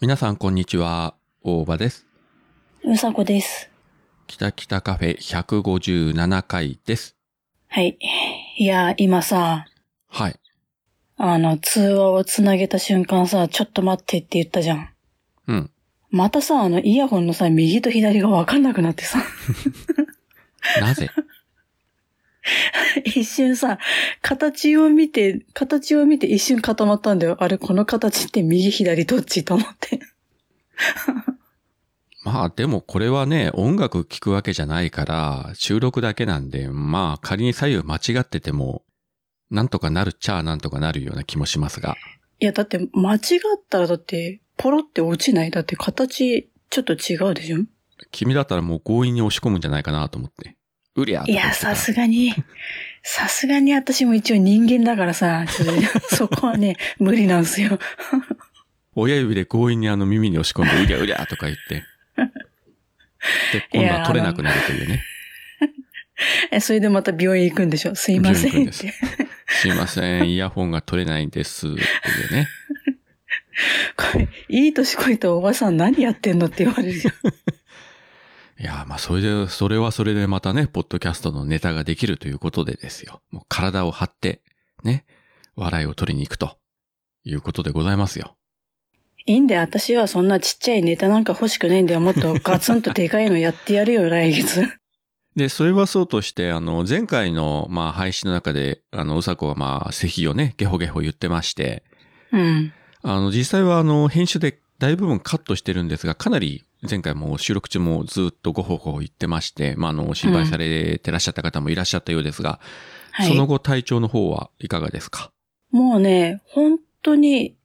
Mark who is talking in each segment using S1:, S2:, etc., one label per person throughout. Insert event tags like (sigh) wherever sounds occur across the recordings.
S1: 皆さん、こんにちは。大場です。
S2: うさこです。
S1: 北北カフェ157回です。
S2: はい。いや、今さ、
S1: はい。
S2: あの、通話をつなげた瞬間さ、ちょっと待ってって言ったじゃん。
S1: うん。
S2: またさ、あの、イヤホンのさ、右と左がわかんなくなってさ、 (laughs)
S1: なぜ
S2: 一瞬さ、形を見て、形を見て一瞬固まったんだよ。あれ、この形って右左どっちと思って。
S1: まあ、でもこれはね、音楽聴くわけじゃないから、収録だけなんで、まあ、仮に左右間違ってても、なんとかなるっちゃなんとかなるような気もしますが。
S2: いや、だって、間違ったらだって、ポロって落ちない。だって、形、ちょっと違うでしょ
S1: 君だったらもう強引に押し込むんじゃないかなと思って。うりゃーと
S2: い
S1: か言
S2: や、
S1: ってた
S2: さすがに、さすがに私も一応人間だからさ、
S1: (laughs)
S2: ちょっとそこはね、無理なんですよ。
S1: 親指で強引にあの耳に押し込んで、うりゃうりゃーとか言
S2: (laughs)
S1: って。で、今度は取れなくなるというね。
S2: え、それでまた病院行くんでしょすいませ
S1: 病院
S2: ん
S1: 行
S2: っ
S1: くん
S2: て
S1: で。すいません、イヤホンが取れないんです。っていうね。
S2: これ、いい年こいたおばさん何やってんのって言われるよ。
S1: いやー、まあ、それで、それはそれでまたね、ポッドキャストのネタができるということでですよ。もう体を張って、ね、笑いを取りに行くということでございますよ。
S2: いいんだよ、私はそんなちっちゃいネタなんか欲しくないんだよ。もっとガツンとでかいのやってやるよ、来月。
S1: で、それはそうとして、あの、前回の、まあ、配信の中で、あの、うさこはまあ、咳をね、ゲホゲホ言ってまして、
S2: うん。
S1: あの、実際はあの、編集で大部分カットしてるんですが、かなり前回も収録中もずっとごほごほ言ってまして、まあ、あの、心配されてらっしゃった方もいらっしゃったようですが、
S2: は
S1: その
S2: い。
S1: 後体調の方はいかがですか
S2: もうね、本当に、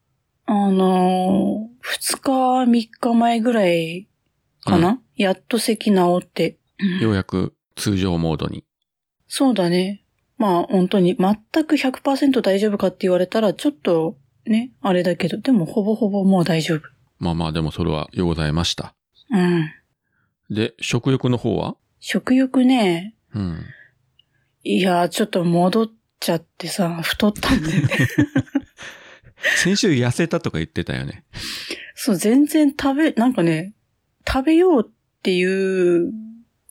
S2: あのー、二日、三日前ぐらいかな、やっと咳治って。うん
S1: ようやく通常モードに。
S2: そうだね。まあ本当に全く100%大丈夫かって言われたらちょっとね、あれだけど、でもほぼほぼもう大丈夫。
S1: まあまあ、でもそれはようございました。
S2: うん。
S1: で、食欲の方は
S2: 食欲ね、
S1: うん。
S2: いやーちょっと戻っちゃってさ、太ったんだ
S1: (laughs)
S2: よね。
S1: 先週痩せたとか言ってたよね。
S2: そう、全然食べ、なんかね、食べようっていう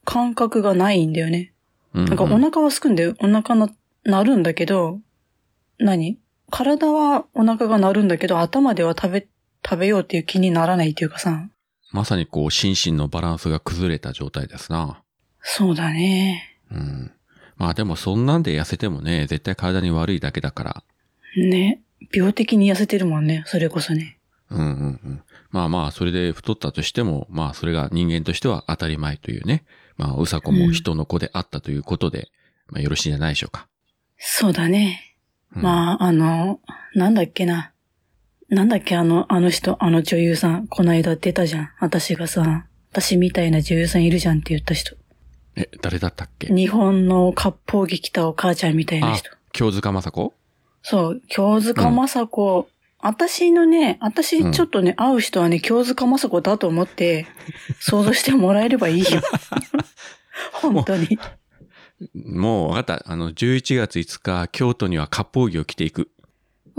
S2: 感覚がないんだよね。
S1: うん、
S2: なんかお腹は空くんだよ。お腹な、なるんだけど、何体はお腹が鳴るんだけど、頭では食べ、食べようっていう気にならないっていうかさ。
S1: まさにこう、心身のバランスが崩れた状態ですな。
S2: そうだね。
S1: うん。まあでもそんなんで痩せてもね、絶対体に悪いだけだから。
S2: ね。病的に痩せてるもんね。それこそね。
S1: うんうんうん。まあまあ、それで太ったとしても、まあそれが人間としては当たり前というね。まあ、うさこも人の子であったということで、まあよろしいんじゃないでしょうか。
S2: そうだね。
S1: うん
S2: まあ、あの、なんだっけな。なんだっけ、あの、あの人、あの女優さん。こないだ出たじゃん。私がさ、私みたいな女優さんいるじゃんって言った人。
S1: え、誰だったっけ
S2: 日本の割烹着着たお母ちゃんみたいな人。
S1: 京塚雅子
S2: そう、京塚雅子。私のね、
S1: うん
S2: 私ちょっとね、会う人はね、京塚雅子だと思って、想像してもらえればいい
S1: (laughs)
S2: よ。 (laughs) 本当に。
S1: もう分かった。あの、11月5日、京都には割烹着を着ていく。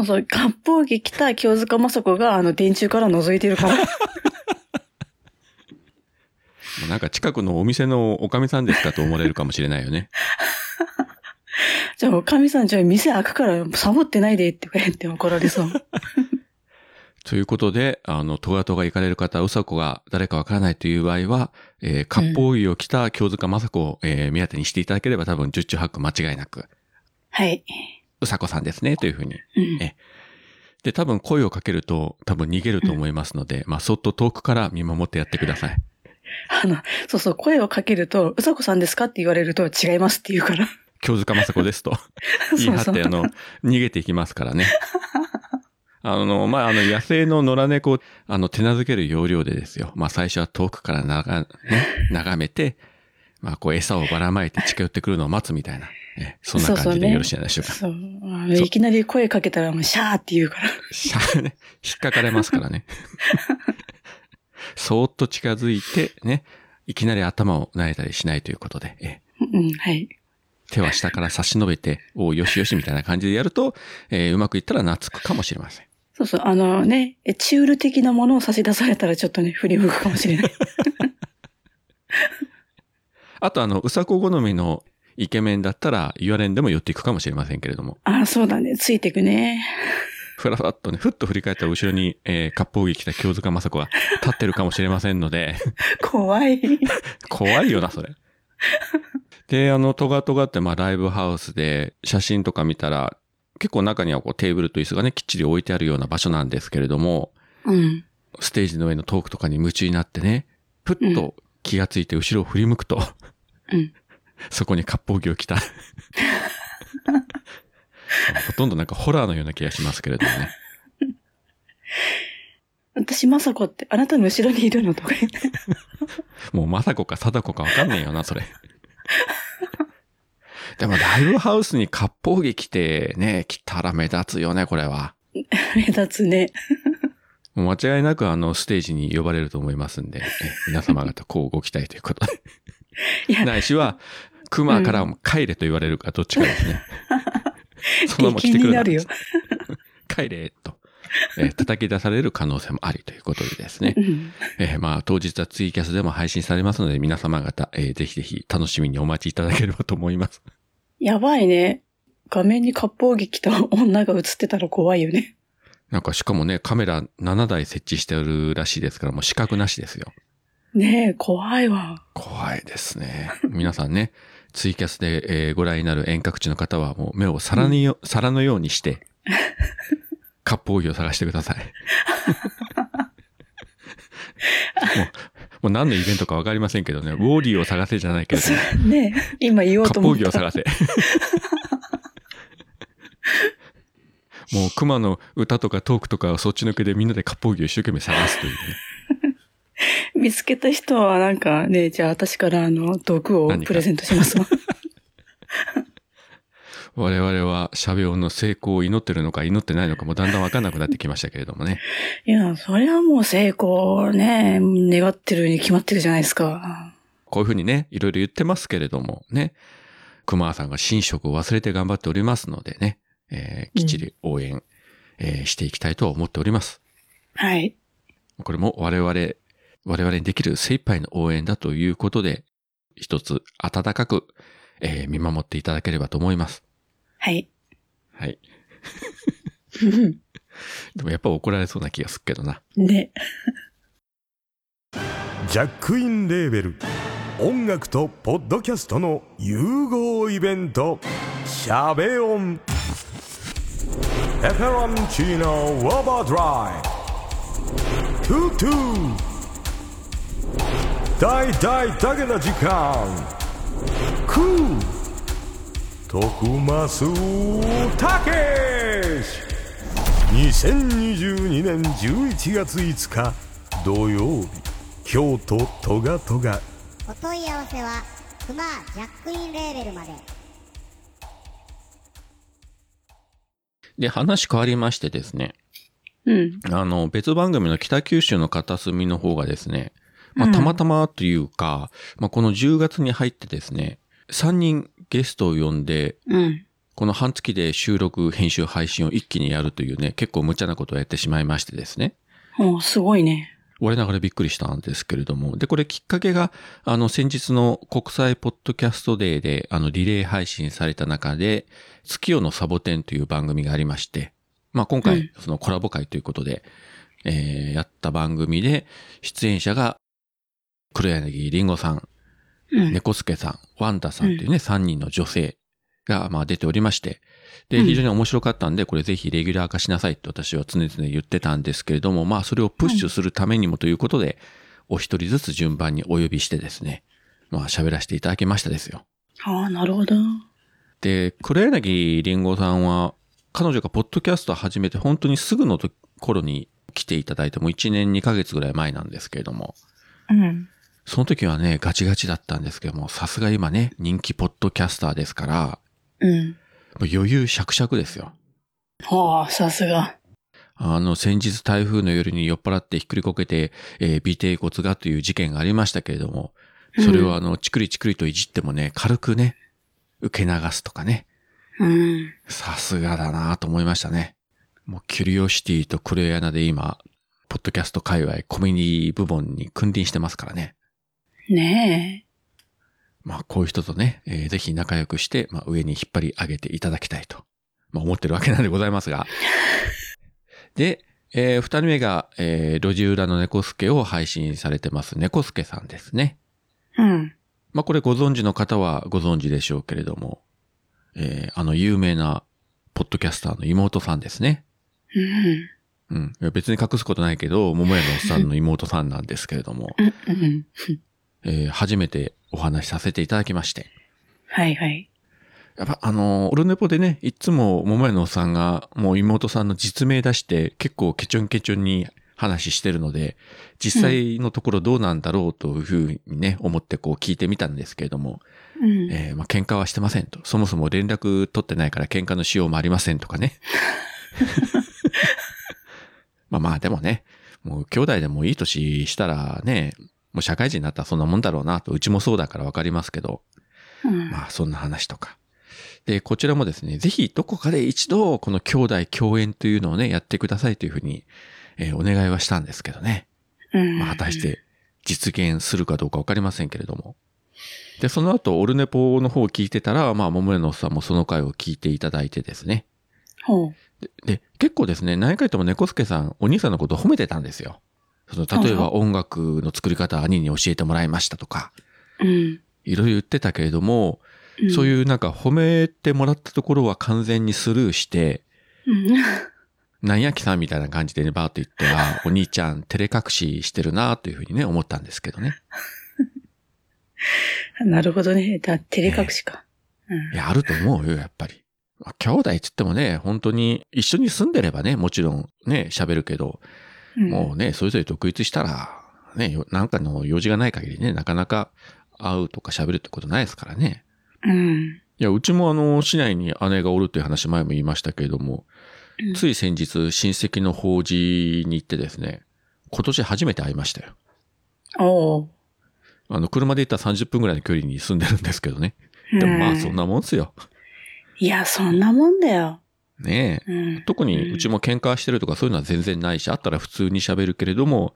S2: そう、割烹着着た清塚雅子が、あの、電柱から覗いて
S1: (laughs)
S2: るから。
S1: もうなんか近くのお店のおかみさんですかと思われるかもしれないよね。 (laughs)
S2: じゃあ、おかみさん、じゃあ、店開くから、サボってないで、って言って怒られそう。
S1: (laughs) ということで、あの、トガトガ行かれる方、うさこが誰かわからないという場合は、えー、割烹着を着た京塚雅子を、えー目当てにしていただければ多分十中八九間違いなく、
S2: はい。
S1: うさこさんですね、というふうに。
S2: うん
S1: え。で、多分声をかけると多分逃げると思いますので、まあ、そっと遠くから見守ってやってください。
S2: あの、そうそう、声をかけると、うさこさんですかって言われると、違いますって言うから。
S1: 京塚雅子ですと言い張って、
S2: そうそう
S1: あの、逃げていきますから
S2: (laughs)
S1: ね。あの、まあ、あの、野生の野良猫を、あの、手なずける要領でですよ。まあ、最初は遠くからなが、
S2: (laughs)
S1: ね、眺めて、まあ、こう、餌をばらまいて近寄ってくるのを待つみたいな、ね、そんな
S2: そう
S1: 感
S2: そ
S1: じ
S2: う
S1: で
S2: ね
S1: よろしいんじゃないでしょうか。
S2: そう。あのいきなり声かけたら、もう、シャーって言うから。
S1: しゃあね、引っかかれますから
S2: (laughs)
S1: ね。そーっと近づいて、ね、いきなり頭を撫でたりしないということで、え
S2: うん、はい。
S1: 手は下から差し伸べて、おうよしよしみたいな感じでやると、えーうまくいったら懐くかもしれません。
S2: そうそう、あのね、えチュール的なものを差し出されたらちょっとね、振り向くかもしれ
S1: (laughs)
S2: ない。
S1: あとあの、うさこ好みのイケメンだったら言われんでも寄っていくかもしれませんけれども、
S2: ああ、そうだね。ついてくね。
S1: ふらふらっとね、ふっと振り返ったら後ろに、えー、割烹着着た京塚雅子が立ってるかもしれませんので、 (laughs)
S2: 怖い。
S1: 怖いよな、それ。で、あの、トガトガって、まあ、ライブハウスで写真とか見たら、結構中にはこうテーブルと椅子がね、きっちり置いてあるような場所なんですけれども、
S2: うん。
S1: ステージの上のトークとかに夢中になってね、ふっと気がついて後ろを振り向くと、
S2: うん
S1: (laughs) そこに割烹着を着た。 (laughs) ほとんどなんかホラーのような気がしますけれどもね。
S2: 私、まさこって、あなたの後ろにいるのとか言って。
S1: もう政子か貞子かわかんねえよな、それ。 (laughs) でもライブハウスに割烹着着てね、着たら目立つよね、これは。
S2: 目立つね。
S1: もう間違いなくあのステージに呼ばれると思いますんで、え皆様方こうご期待ということで。
S2: いや、
S1: ないしは、熊からも帰れと言われるか、どっちかです
S2: (laughs)
S1: ね。そのまま来てくる
S2: 激になるよ
S1: 帰れと、えー叩き出される可能性もありということでですね
S2: う。ん。
S1: えーまあ当日はツイキャスでも配信されますので、皆様方、えーぜひぜひ楽しみにお待ちいただければと思います。
S2: やばいね。画面に割烹着着た女が映ってたら怖いよね。
S1: なんかしかもね、カメラ7台設置してるらしいですから、もう資格なしですよ。
S2: ねえ、怖いわ。
S1: 怖いですね。皆さんね、ツイキャスで、えーご覧になる遠隔地の方はもう目を皿によ、皿のようにして、割烹着を探してください。もうもう何のイベントかわかりませんけどね、ウォーリーを探せじゃないけれども、
S2: ねえ、今言おうと
S1: 割
S2: 思
S1: 烹
S2: っ
S1: 着を
S2: た。
S1: 探せ。 (laughs) もう熊の歌とかトークとかをそっちのけでみんなで割烹着を一生懸命探すというね。
S2: 見つけた人はなんかね、じゃあ私からあの、毒をプレゼントしま
S1: (laughs)
S2: すわ。
S1: 我々は社病の成功を祈ってるのか祈ってないのかもだんだんわかんなくなってきましたけれどもね。 (laughs)
S2: いや、それはもう成功ね、願ってるに決まってるじゃないですか。
S1: こういうふうにね、いろいろ言ってますけれどもね、熊さんが寝食を忘れて頑張っておりますのでね、えーきっちり応援、えーしていきたいとは思っております。
S2: はい。
S1: これも我々、我々にできる精一杯の応援だということで、一つ温かく、えー見守っていただければと思います。
S2: はい。 (laughs)
S1: はい。でもやっぱ怒られそうな気がするけどな。
S2: ね。
S3: ジャックインレーベル音楽とポッドキャストの融合イベント「シャベオン」「エフェロンチーノウォーバードライ」「トゥトゥ」「大大だけな時間」「クー」「徳マスたけし」2022年11月5日土曜日京都トガトガ
S4: お問い合わせはクマジャックインレーベルまで
S1: で、話変わりましてですね、
S2: うん。
S1: あの、別番組の北九州の片隅の方がですね、ま
S2: う
S1: あ、
S2: ん
S1: たまたまというか、まあ、この10月に入ってですね、3人ゲストを呼んで、
S2: うん。
S1: この半月で収録、編集、配信を一気にやるというね、結構無茶なことをやってしまいましてですね。
S2: もうすごいね。
S1: 我ながらびっくりしたんですけれども。で、これきっかけが、あの、先日の国際ポッドキャストデーで、あの、リレー配信された中で、月夜のサボテンという番組がありまして、まあ、今
S2: う
S1: 回
S2: ん、
S1: そのコラボ会ということで、えー、やった番組で、出演者が、黒柳りんごさん、
S2: うん。
S1: 猫助さん、ワンダさんっていうね、3人の女性が、まあ、出ておりまして、で、
S2: うん
S1: 非常に面白かったんで、これぜひレギュラー化しなさいって私は常々言ってたんですけれども、まあ、それをプッシュするためにもということで、お一人ずつ順番にお呼びしてですね、まあ、喋らせていただきましたですよ。
S2: ああ、なるほど。
S1: で、黒柳りんごさんは、彼女がポッドキャストを始めて本当にすぐのと頃に来ていただいてもう1年2ヶ月ぐらい前なんですけれども、
S2: うん。
S1: その時はね、ガチガチだったんですけども、さすが今ね、人気ポッドキャスターですから、
S2: うん。
S1: もう余裕しゃくしゃくですよ。
S2: はあ、さすが。
S1: あの、先日台風の夜に酔っ払ってひっくりこけて、えー、尾低骨がという事件がありましたけれども、それ
S2: うん
S1: をあの、チクリチクリといじってもね、軽くね、受け流すとかね、
S2: うん。
S1: さすがだなと思いましたね。もうキュリオシティとクレアナで今、ポッドキャスト界隈コミュニティ部門に君臨してますからね。
S2: ね
S1: まあこういう人とね、えーぜひ仲良くして、まあ上に引っ張り上げていただきたいと、まあ思ってるわけなんでございますが。で、えー二人目が、えー路地裏の猫助を配信されてます猫助さんですね。
S2: え。うん。
S1: まあこれご存知の方はご存知でしょうけれども、えーあの有名なポッドキャスターの妹さんですね。
S2: うん。
S1: うん。いや別に隠すことないけど、桃屋のおっさんの妹さんなんですけれども、 (laughs)
S2: うん。うん。
S1: えー初めてお話しさせていただきまして。
S2: はいはい。
S1: やっぱあのー、オルネポでね、いつも桃屋のおっさんが、もう妹さんの実名出して、結構ケチョンケチョンに話してるので、実際のところどうなんだろうというふうにね、思ってこう聞いてみたんですけれども、
S2: うん。
S1: えーまあ、喧嘩はしてませんと。そもそも連絡取ってないから喧嘩のしようもありませんとかね。まあまあでもね、もう兄弟でもいい年したらね、もう社会人になったらそんなもんだろうなと、うちもそうだからわかりますけど、
S2: うん
S1: まあそんな話とか。で、こちらもですね、ぜひどこかで一度この兄弟共演というのをね、やってくださいというふうに、えーお願いはしたんですけどね。
S2: うん
S1: まあ、果たし。て実現するかどうかわかりませんけれども。で、その後、オルネポの方を聞いてたら、まあ、桃屋のおっさんもその回を聞いていただいてですね。
S2: ほう。
S1: で、結構ですね、何回とも猫助さん、お兄さんのことを褒めてたんですよ。その、例えば音楽の作り方、兄に教えてもらいましたとか、
S2: うん。
S1: いろいろ言ってたけれども、そう
S2: う
S1: いうなんか褒めてもらったところは完全にスルーして、
S2: ん。うん。 (laughs)
S1: なんやきさんみたいな感じでね、バーっと言って、あ (laughs) ーお兄ちゃん照れ隠ししてるなというふうにね、思ったんですけどね。
S2: なるほどね。だ、照れ隠しか。
S1: いや、あると思うよ、やっぱり。まあ兄弟って言ってもね、本当に一緒に住んでればね、もちろんね、喋るけど、
S2: うん。
S1: もうね、それぞれ独立したら、ね、よなんかの用事がない限りね、なかなか会うとか喋るってことないですからね。
S2: うん。うん。
S1: いや、うちもあの、市内に姉がおるという話前も言いましたけれども、つい先日親戚の法事に行ってですね、今年初めて会いましたよ。
S2: おう。
S1: あの、車で行ったら30分ぐらいの距離に住んでるんですけどね。でもまあ、そん
S2: な。
S1: なもんっすよ。
S2: いや、そんなもんだよ。
S1: ねえ。
S2: うん。
S1: 特にうちも喧嘩してるとかそういうのは全然ないし、あったら普通に喋るけれども、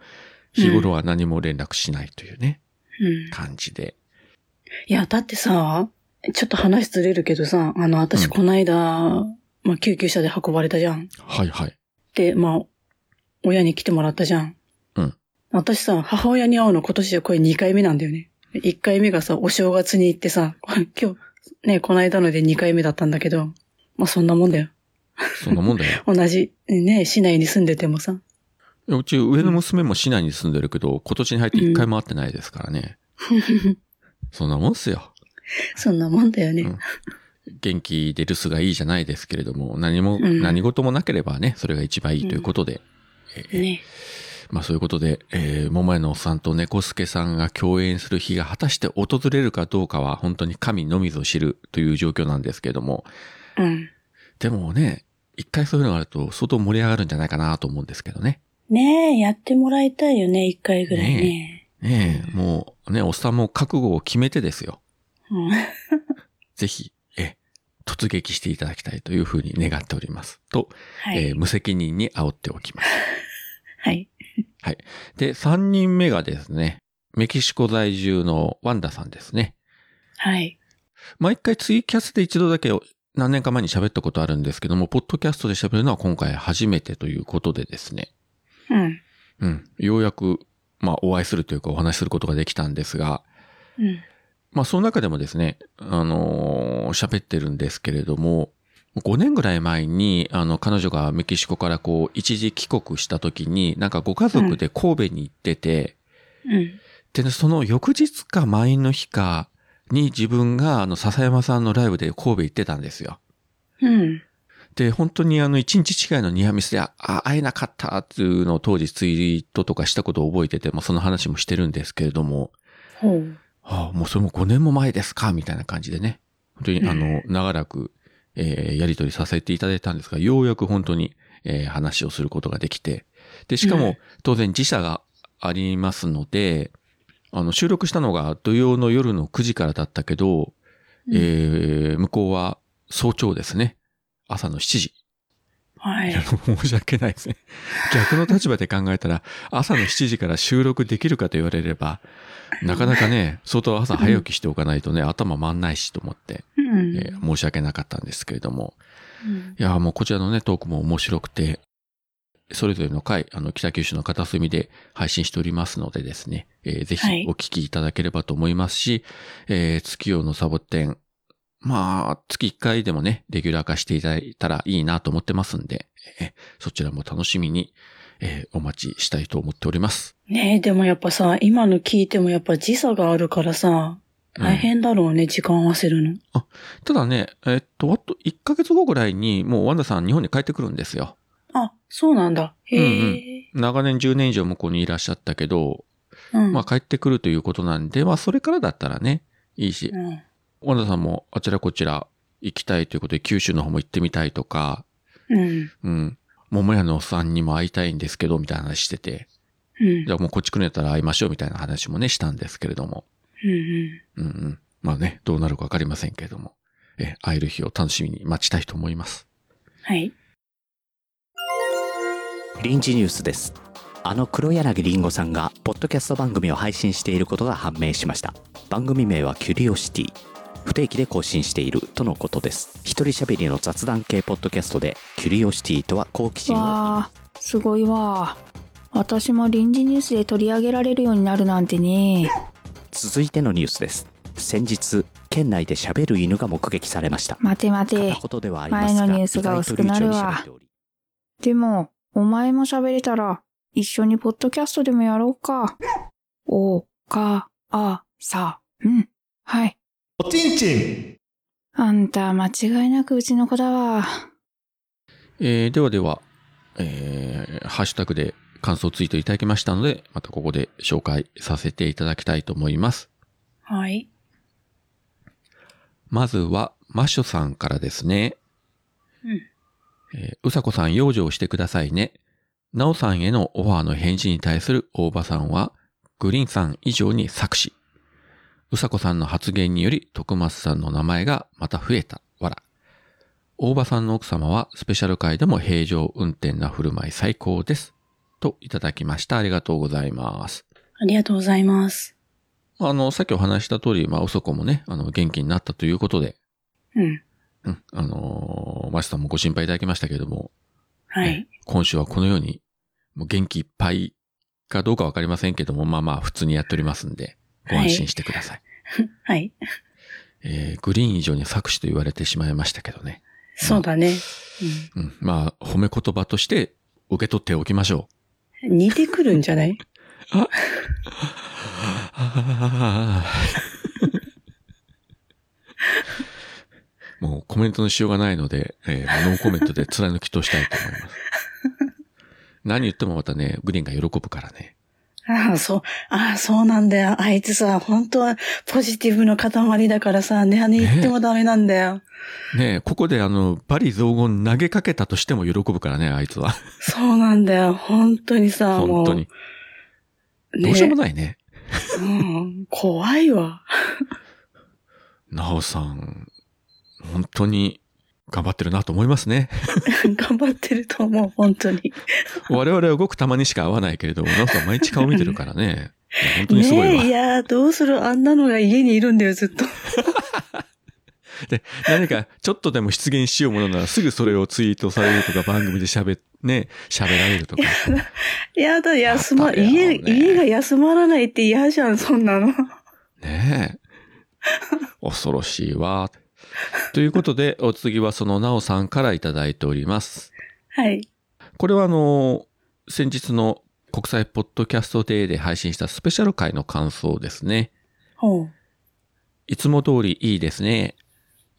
S1: 日頃は何も連絡しないというね、
S2: うん。
S1: 感じで。
S2: いや、だってさ、ちょっと話ずれるけどさ、あの、私
S1: うん
S2: こないだ、まあ、救急車で運ばれたじゃん。
S1: はいはい。
S2: で、まあ、親に来てもらったじゃん。
S1: うん。
S2: 私さ、母親に会うの今年でこれ2回目なんだよね。1回目がさ、お正月に行ってさ、 (laughs) これ今日、ね、こないだので2回目だったんだけど、まあ、そんなもんだよ。
S1: そんなもんだ (laughs) よ。
S2: 同じ、ね、市内に住んでてもさ。
S1: いやうち上の娘も市内に住んでるけど、今年に入って一回も会ってないですからね。そんなもんっすよ。
S2: そんなもんだよね。
S1: 元気で留守がいいじゃないですけれども、何も、
S2: うん
S1: 何事もなければね、それが一番いいということで。えー
S2: ね。
S1: まあそういうことで、えー、桃屋のおっさんと猫助さんが共演する日が果たして訪れるかどうかは本当に神のみぞ知るという状況なんですけれども、
S2: うん。
S1: でもね、一回そういうのがあると相当盛り上がるんじゃないかなと思うんですけどね。
S2: ねえ、やってもらいたいよね、1回ぐらいね。
S1: ねえ、もうね、おっさんも覚悟を決めてですよ。
S2: うん。
S1: ぜひ、え、突撃していただきたいというふうに願っております。と、
S2: はい。
S1: えー無責任に煽っておきます。
S2: はい。
S1: で、3人目がですね、メキシコ在住のワンダさんですね。
S2: はい。
S1: 毎回ツイキャスで一度だけ何年か前に喋ったことあるんですけども、ポッドキャストで喋るのは今回初めてということでですね。
S2: うん。
S1: うん。ようやく、まあ、お会いするというかお話しすることができたんですが、
S2: うん。
S1: まあ、その中でもですね、あのー喋ってるんですけれども、5年ぐらい前に、あの、彼女がメキシコからこう、一時帰国した時に、なんかご家族で神戸に行ってて、
S2: うん。
S1: でね、その翌日か前の日かに自分があの笹山さんのライブで神戸行ってたんですよ。
S2: うん。
S1: で、本当にあの一日違いのニアミスで、あ、あ会えなかったっていうのを当時ツイートとかしたことを覚えてて、まあその話もしてるんですけれども、
S2: ほう。
S1: ああ、もうそれも5年も前ですかみたいな感じでね。本当にあの、長らく、えーやりとりさせていただいたんですが、ようやく本当に、えー話をすることができて。で、しか
S2: う
S1: も
S2: ん、
S1: 当然時差がありますので、あの、収録したのが土曜の夜の9時からだったけど、えー向こうは早朝ですね。朝の7時。
S2: はい。
S1: 申し訳ないですね。逆の立場で考えたら、朝の7時から収録できるかと言われれば、なかなかね、相当朝早起きしておかないとね、頭回んないしと思って、
S2: うん。
S1: えー申し訳なかったんですけれども。
S2: うん
S1: いやー、もうこちらのね、トークも面白くて、それぞれの回、あの、北九州の片隅で配信しておりますのでですね、えーぜ
S2: はい
S1: ひお聞きいただければと思いますし、えー月夜のサボテン、まあ、月1回でもね、レギュラー化していただいたらいいなと思ってますんで、えーそちらも楽しみに、えーお待ちしたいと思っております。
S2: ねえ、でもやっぱさ、今の聞いてもやっぱ時差があるからさ、
S1: うん
S2: 大変だろうね、時間合わせるの。
S1: ただね、えっと、あと1ヶ月後ぐらいに、もうワンダさん日本に帰ってくるんですよ。
S2: あ、そうなんだ。へえ。
S1: 長年10年以上向こうにいらっしゃったけど、
S2: うん。
S1: まあ帰ってくるということなんで、まあそれからだったらね、いいし
S2: う、ん
S1: 小野田さんもあちらこちら行きたいということで九州の方も行ってみたいとか、
S2: うん。
S1: うん、桃屋のおっさんにも会いたいんですけど、みたいな話してて、
S2: うん
S1: じ。ゃあもうこっち来るんやったら会いましょうみたいな話もね、したんですけれども、
S2: うんう
S1: う
S2: ん。
S1: んうん。まあね、どうなるかわかりませんけれども、え、会える日を楽しみに待ちたいと思います。
S2: はい。
S5: 臨時ニュースですあの黒柳りんごさんがポッドキャスト番組を配信していることが判明しました番組名はキュリオシティ不定期で更新しているとのことです一人喋りの雑談系ポッドキャストでキュリオシティとは好奇心を
S6: わあすごいわ私も臨時ニュースで取り上げられるようになるなんてね
S5: 続いてのニュースです先日県内で喋る犬が目撃されました
S6: 待て待て
S5: 片言ではありますが
S6: 前のニュースが薄くなるわ
S5: 意外と流暢に喋っており
S6: でもお前も喋れたら一緒にポッドキャストでもやろうかおかあさうんはい
S7: おちんちん
S6: あんた間違いなくうちの子だわ
S1: えーではでは、えーハッシュタグで感想ツイートいただきましたので、またここで紹介させていただきたいと思います。
S2: はい。
S1: まずは、マッショさんからですね。
S2: うん
S1: えーうさこさん養生してくださいね。なおさんへのオファーの返事に対する大場さんは、グリーンさん以上に作詞。うさこさんの発言により、徳松さんの名前がまた増えた。わら。大場さんの奥様は、スペシャル回でも平常運転な振る舞い最高です。といただきました。ありがとうございます。
S2: ありがとうございます。
S1: あの、さっきお話しした通り、まあ、うさこもね、あの、元気になったということで、
S2: うん。
S1: うん、あのーマシさんもご心配いただきましたけれども、
S2: はい
S1: ね。今週はこのように、もう元気いっぱいかどうかわかりませんけども、まあまあ普通にやっておりますんで、ご安心してください。
S2: はい。
S1: えー、グリーン以上に作詞と言われてしまいましたけどね。
S2: そうだね。
S1: うん、まあ、褒め言葉として受け取っておきましょう。
S2: うん似てくるんじ
S1: (laughs)
S2: ゃない
S1: もうコメントのしようがないので、えーノーコメントで貫きとしたいと思います。何言ってもまたね、グリーンが喜ぶからね。
S2: ああ、そう。ああ、そうなんだよ。あいつさ、本当はポジティブの塊だからさ、ね、あれ言ってもダメなんだよ。
S1: ねえ、ここであの、バリ雑言投げかけたとしても喜ぶからね、あいつは。
S2: そうなんだよ。本当にさ、もう。
S1: 本当に。
S2: ね。
S1: どうしようもないね。
S2: うん、怖いわ。 (laughs)
S1: なおさん、本当に頑張ってるなと思いますね。
S2: 頑張ってると思う、本当に。
S1: 我々はごくたまにしか会わないけれども、なおさん毎日顔見てるからね。いや本当にすごいわ。
S2: ねえ、いやー、どうするあんなのが家にいるんだよ、ずっと。 (laughs)
S1: で、何かちょっとでも出現しようものならすぐそれをツイートされるとか番組で喋、ね、喋られるとか。
S2: いやだ、休
S1: や
S2: ま、
S1: だよ
S2: 家、
S1: ね
S2: 家が休まらないって嫌じゃん、そんなの。
S1: ねえ。恐ろしいわ。ということで、お次はそのなおさんからいただいております。
S2: はい。
S1: これはあの、先日の国際ポッドキャストデーで配信したスペシャル回の感想ですね。
S2: ほう。
S1: いつも通りいいですね。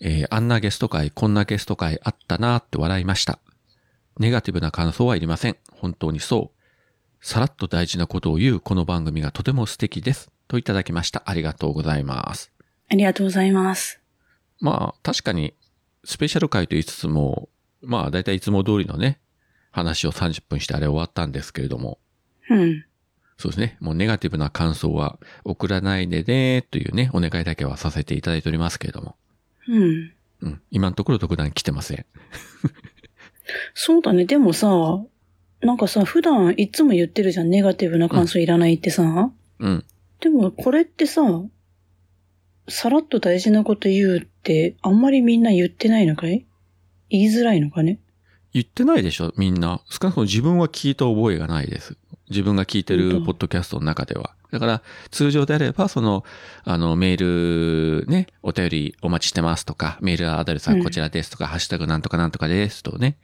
S1: えーあんなゲスト会、こんなゲスト会あったなーって笑いました。ネガティブな感想はいりません。本当にそう。さらっと大事なことを言うこの番組がとても素敵です。といただきました。ありがとうございます。
S2: ありがとうございます。
S1: まあ、確かに、スペシャル回と言いつつも、まあ、だいたいいつも通りのね、話を30分してあれ終わったんですけれども、
S2: うん。
S1: そうですね、もうネガティブな感想は送らないでね、というね、お願いだけはさせていただいておりますけれども、
S2: うん。
S1: うん、今のところ特段来てません。
S2: そうだね。でもさ、なんかさ、普段いつも言ってるじゃん。ネガティブな感想いらないってさ。
S1: うん。
S2: でもこれってさ、さらっと大事なこと言うって、あんまりみんな言ってないのかい言いづらいのかね
S1: 言ってないでしょ、みんな。少なくとも自分は聞いた覚えがないです。自分が聞いて
S2: 本
S1: る
S2: 当
S1: ポッドキャストの中では。だから、通常であれば、その、あの、メールね、お便りお待ちしてますとか、メールアドレスはこちらですとか、ハッシュタグなんとかなんとかですとね、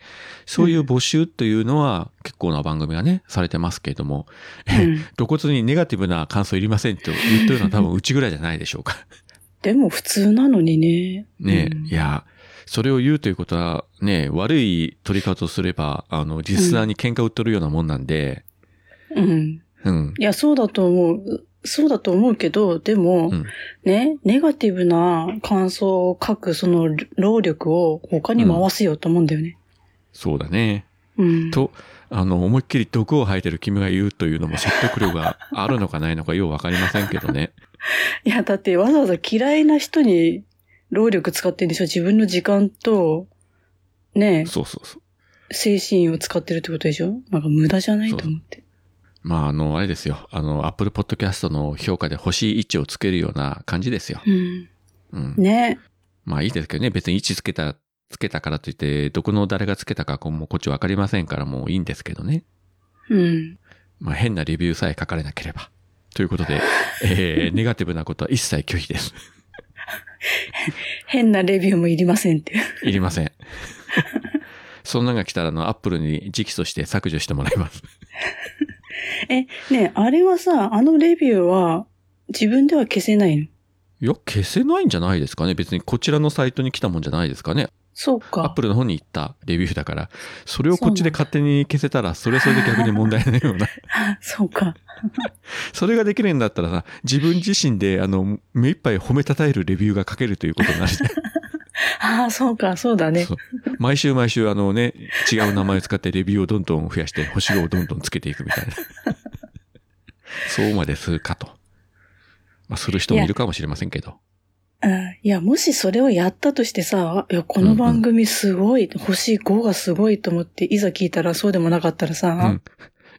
S1: そういう募集というのは結構な番組がね、されてますけれども、
S2: うん。
S1: 露骨にネガティブな感想いりませんと言ってるのは多分うちぐらいじゃないでしょうか。
S2: でも普通なのにね。
S1: ねえ、
S2: うん
S1: いや、それを言うということは、ねえ、悪い取り方をすれば、あの、リスナーに喧嘩売っとるようなもんなんで、
S2: うん。
S1: うん。
S2: いや、そうだと思う。そうだと思うけど、でも、
S1: うん
S2: ね、ネガティブな感想を書く、その、労力を他に回すよと思うんだよね。
S1: そうだね。
S2: うん。
S1: と、あの、思いっきり毒を吐いてる君が言うというのも (laughs) 説得力があるのかないのかようわかりませんけどね。
S2: いや、だってわざわざ嫌いな人に労力使ってるんでしょ自分の時間と、ね、
S1: そうそうそう。
S2: 精神を使ってるってことでしょなんか無駄じゃないと思って。
S1: まあ、あの、あれですよ。あの、Apple Podcast の評価で星1をつけるような感じですよ。
S2: うん。
S1: うん。
S2: ね。
S1: まあいいですけどね。別に位置つけた、つけたからといって、どこの誰がつけたか、こうもうこっちわかりませんから、もういいんですけどね。
S2: うん。
S1: まあ、変なレビューさえ書かれなければ。ということで、えー、ネガティブなことは一切拒否です。
S2: 変なレビューもいりませんって。
S1: いりません。そんなのが来たら、あの、アップルに直訴して削除してもらいます。
S2: え、ねえあれはさ、あのレビューは自分では消せないの
S1: いや、消せないんじゃないですかね。別にこちらのサイトに来たもんじゃないですかね。
S2: そう
S1: ア
S2: か
S1: ッ。プルの方に行ったレビューだから、それをこっちで勝手に消せたら、それはそれで逆に問題ないような。
S2: そうか。
S1: それができるんだったらさ、自分自身で、あの、目いっぱい褒めたたえるレビューが書けるということになるじゃん
S2: ああ、そうか、そうだね
S1: そ。う毎週毎週あのね、違う名前を使ってレビューをどんどん増やして、星をどんどんつけていくみたいな。そうまでするかと。まあ、する人もいるかもしれませんけど。
S2: うんいや、もしそれをやったとしてさ、いや、この番組すごい、星5がすごいと思って、いざ聞いたらそうでもなかったらさ、
S1: うん。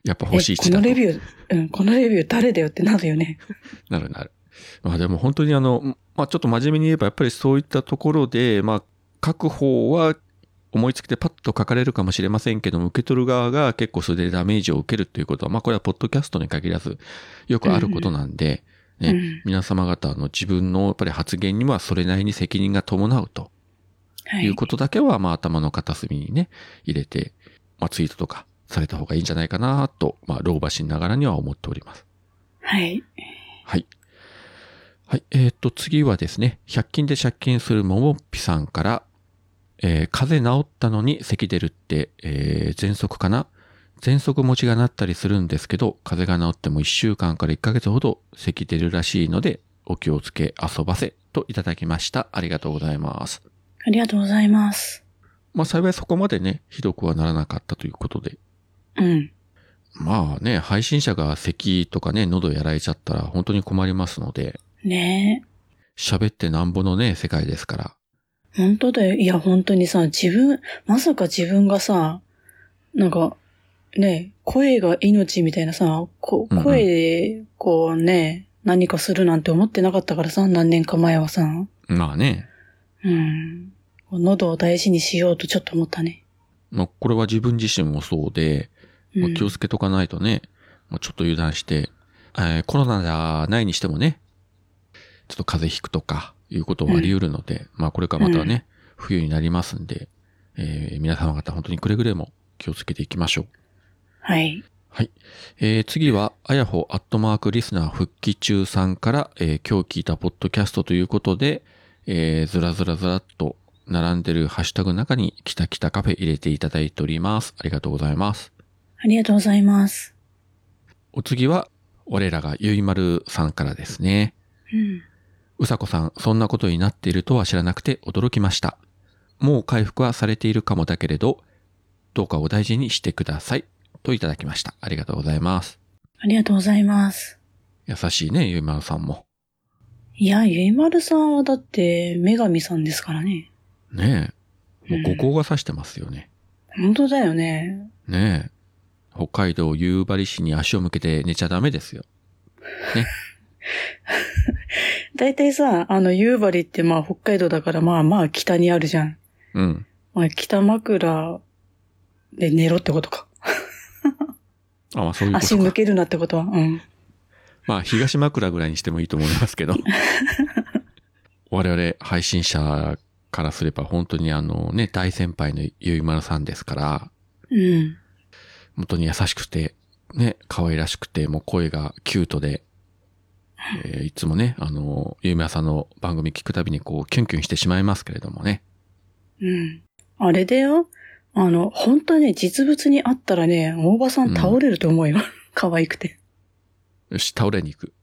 S1: やっぱ星
S2: え
S1: 1
S2: こ
S1: だ
S2: のレ
S1: と
S2: ビュー、うん、このレビュー誰だよってなるよね。
S1: なるなる。まあでも本当にあの、まあちょっと真面目に言えばやっぱりそういったところで、まあ書く方は思いつきでパッと書かれるかもしれませんけども、受け取る側が結構それでダメージを受けるということは、まあこれはポッドキャストに限らずよくあることなんで、ね、
S2: うん
S1: 皆様方の自分のやっぱり発言にはそれなりに責任が伴うと
S2: はい
S1: いうことだけは、まあ頭の片隅にね、入れて、まあツイートとかされた方がいいんじゃないかなと、まあ老婆しながらには思っております。
S2: はい。
S1: はい。はい。えっ、と、次はですね、100均で借金するももっぴさんから、えー風邪治ったのに咳出るって、えー、喘息かな喘息持ちがなったりするんですけど、風邪が治っても1週間から1ヶ月ほど咳出るらしいので、お気をつけ遊ばせといただきました。ありがとうございます。
S2: ありがとうございます。
S1: まあ幸いそこまでね、ひどくはならなかったということで、
S2: うん。
S1: まあね、配信者が咳とかね、喉やられちゃったら本当に困りますので、
S2: ね
S1: 喋ってなんぼのね、世界ですから。
S2: え。本当だよ。いや、本当にさ、自分、まさか自分がさ、なんか、ねえ、声が命みたいなさ、こ
S1: うんうん
S2: 声で、こうね、何かするなんて思ってなかったからさ、何年か前はさ。
S1: まあね、
S2: うん。喉を大事にしようとちょっと思ったね。
S1: まあ、これは自分自身もそうで、
S2: うん
S1: まあ気をつけとかないとね、まあちょっと油断して、えーコロナじゃないにしてもね、ちょっと風邪ひくとかいうことはあり得るので、まあこれからまたね、冬になりますんで、えー皆様方本当にくれぐれも気をつけていきましょう。
S2: はい。
S1: はい。えー次は、あやほアットマークリスナー復帰中さんから、えー今日聞いたポッドキャストということで、えーずらずらずらっと並んでるハッシュタグの中に、きたきたカフェ入れていただいております。ありがとうございます。
S2: ありがとうございます。
S1: お次は、俺らがゆいまるさんからですね。
S2: うん。
S1: うさこさん、そんなことになっているとは知らなくて驚きました。もう回復はされているかもだけれど、どうかお大事にしてください。といただきました。ありがとうございます。
S2: ありがとうございます。
S1: 優しいね、ゆいまるさんも。
S2: いや、ゆいまるさんはだって、女神さんですからね。
S1: ねえ。もう
S2: うん
S1: 五行が指してますよね。
S2: 本当だよね。
S1: ねえ。北海道夕張市に足を向けて寝ちゃダメですよ。
S2: だいたいさ、あの、夕張ってまあ北海道だからまあまあ北にあるじゃん。
S1: うん。
S2: まあ北枕で寝ろってことか。
S1: あ、まあそういうこ
S2: 足
S1: と
S2: 向
S1: か。
S2: けるなってことは。うん。
S1: まあ東枕ぐらいにしてもいいと思います
S2: (laughs)
S1: けど。我々配信者からすれば本当にあのね、大先輩のゆいまるさんですから、
S2: うん。
S1: 本当に優しくて、ね、可愛らしくて、もう声がキュートで、えーいつもね、あの、ゆいまるさんの番組聞くたびにこう、キュンキュンしてしまいますけれどもね。
S2: うん。あれだよ。あの、本当はね、実物にあったらね、大場さん倒れると思うよ。 (laughs) 可愛くて。
S1: よし、倒れに行く。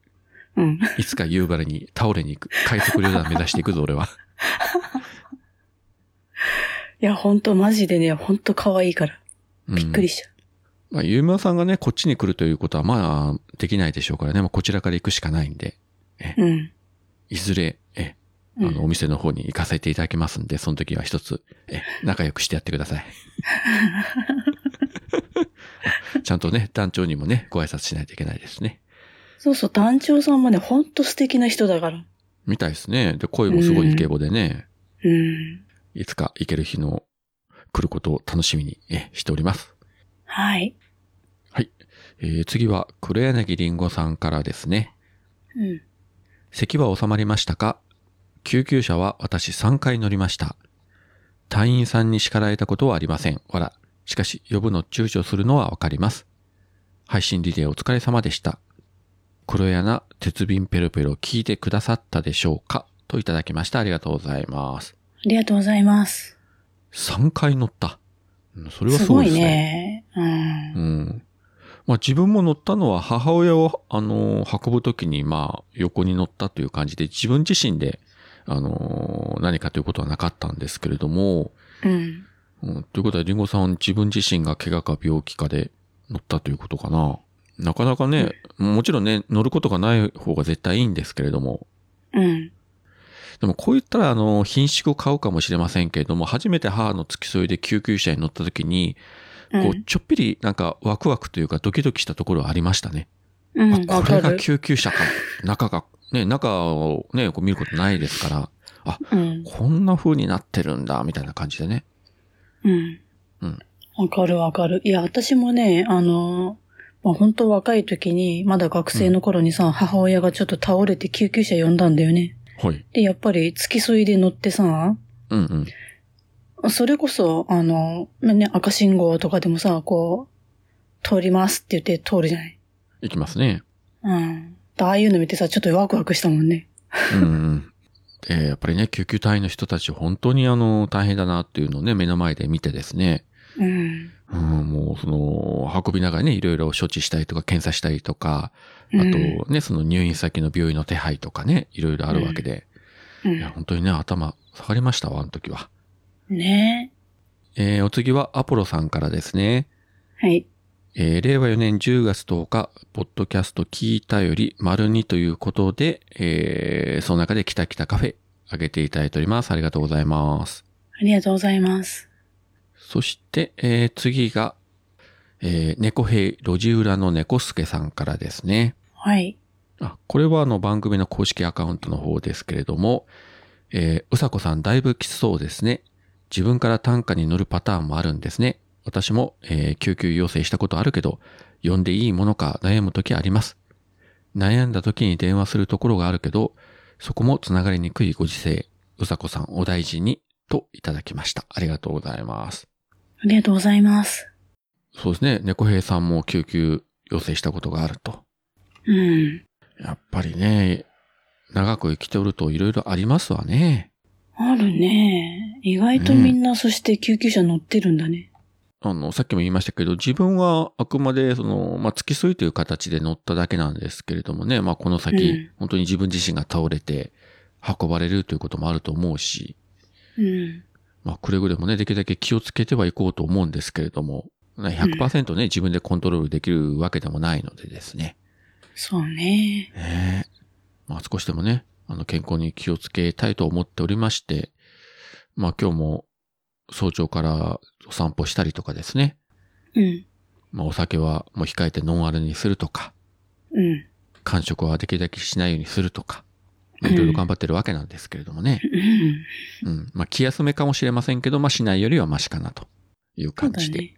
S2: うん。
S1: いつか夕張に倒れに行く。快速旅団目指していくぞ、俺
S2: (laughs)
S1: は。
S2: いや、本当マジでね、本当可愛いから。びっくり
S1: し
S2: しちゃ
S1: まあ、ゆうまさんがね、こっちに来るということは、まあ、できないでしょうからね、まあ、こちらから行くしかないんで、
S2: う。うん。
S1: いずれ、え、あ
S2: うん
S1: の、お店の方に行かせていただきますんで、その時は一つ、
S2: (laughs)
S1: え、仲良くしてやってください。 (laughs) ちゃんとね、団長にもね、ご挨拶しないといけないですね。
S2: そうそう、団長さんもね、ほんと素敵な人だから。
S1: みたいですね。で、声もすごいイケボでね、
S2: うん。
S1: いつか行ける日の来ることを楽しみにえしております。
S2: はい。
S1: えー次は黒柳りんごさんからですね。
S2: うん。
S1: 咳は収まりましたか救急車は私3回乗りました。隊員さんに叱られたことはありません。ほら。しかし、呼ぶの躊躇するのはわかります。配信リレーお疲れ様でした。黒柳鉄瓶ペロペロ聞いてくださったでしょうかといただきました。ありがとうございます。
S2: ありがとうございます。
S1: 3回乗った。うんそれは
S2: す
S1: すご
S2: ご
S1: いで
S2: い
S1: すね。
S2: ね。うん。
S1: うん。まあ自分も乗ったのは母親を、あの、運ぶときに、まあ横に乗ったという感じで、自分自身で、あの、何かということはなかったんですけれども、
S2: うん。
S1: うん、ということはリンゴさんは自分自身が怪我か病気かで乗ったということかな。なかなかね、もちろんね、乗ることがない方が絶対いいんですけれども、
S2: うん。
S1: でもこう言ったら、あの、品種を買うかもしれませんけれども、初めて母の付き添いで救急車に乗った時に、
S2: う
S1: こうんちょっぴりなんかワクワクというかドキドキしたところはありましたね。
S2: うん。
S1: あ
S2: わ
S1: こ
S2: か
S1: れが
S2: る。
S1: 救急車か。中が、ね、中をね、こう見ることないですから、
S2: うん。
S1: こんな風になってるんだ、みたいな感じでね。
S2: うん
S1: うん。
S2: わかるわかる。いや、私もね、あの、まあ、本当若い時に、まだ学生の頃にさ、母親がちょっと倒れて救急車呼んだんだよね。
S1: はい。
S2: で、やっぱり付き添いで乗ってさ、
S1: うんうん。
S2: それこそ、あの、まあね、赤信号とかでもさ、こう、通りますって言って通るじゃない。
S1: いきますね。
S2: うん。ああいうの見てさ、ちょっとワクワクしたもんね。
S1: うんうん。 (laughs) で、やっぱりね、救急隊の人たち本当にあの、大変だなっていうのをね、目の前で見てですね。
S2: うん。
S1: うん、もうその、運びながらね、いろいろ処置したりとか、検査したりとか、あと
S2: うん
S1: ね、その入院先の病院の手配とかね、いろいろあるわけで。
S2: う
S1: いや、
S2: ん。
S1: 本当にね、頭下がりましたわ、あの時は。
S2: ね
S1: えーお次はアポロさんからですね。
S2: はい。
S1: えー令和4年10月10日、ポッドキャスト聞いたより丸2ということで、えーその中でキタキタカフェ上げていただいております。ありがとうございます。
S2: ありがとうございます。
S1: そして、えー次が、えー猫兵路地裏の猫助さんからですね。
S2: はい。
S1: あ、これはあの番組の公式アカウントの方ですけれども、えーうさこさんだいぶきつそうですね。自分から単価に乗るパターンもあるんですね。私も、えー救急要請したことあるけど、呼んでいいものか悩むときあります。悩んだときに電話するところがあるけど、そこもつながりにくいご時世、うさこさんお大事に、といただきました。ありがとうございます。
S2: ありがとうございます。
S1: そうですね。猫兵さんも救急要請したことがあると。
S2: うん。
S1: やっぱりね、長く生きておるといろいろありますわね。
S2: あるね。意外とみんな、そして救急車乗ってるんだね。
S1: あの、さっきも言いましたけど、自分はあくまで、その、まあ、付き添いという形で乗っただけなんですけれどもね、まあ、この先、
S2: うん
S1: 本当に自分自身が倒れて、運ばれるということもあると思うし、
S2: うん。
S1: まあ、くれぐれもね、できるだけ気をつけてはいこうと思うんですけれども、ね100%ね、自分でコントロールできるわけでもないのでですね。
S2: そうね。
S1: ねえ。まあ少しでもね、あの健康に気をつけたいと思っておりまして、まあ今日も早朝からお散歩したりとかですね。
S2: うん。
S1: まあ、お酒はもう控えてノンアルにするとか、
S2: うん。
S1: 間食はできるだけしないようにするとか、まあ
S2: うん
S1: いろいろ頑張ってるわけなんですけれどもね。
S2: うん。
S1: うん。まあ、気休めかもしれませんけど、まあ、しないよりはマシかなという感じで。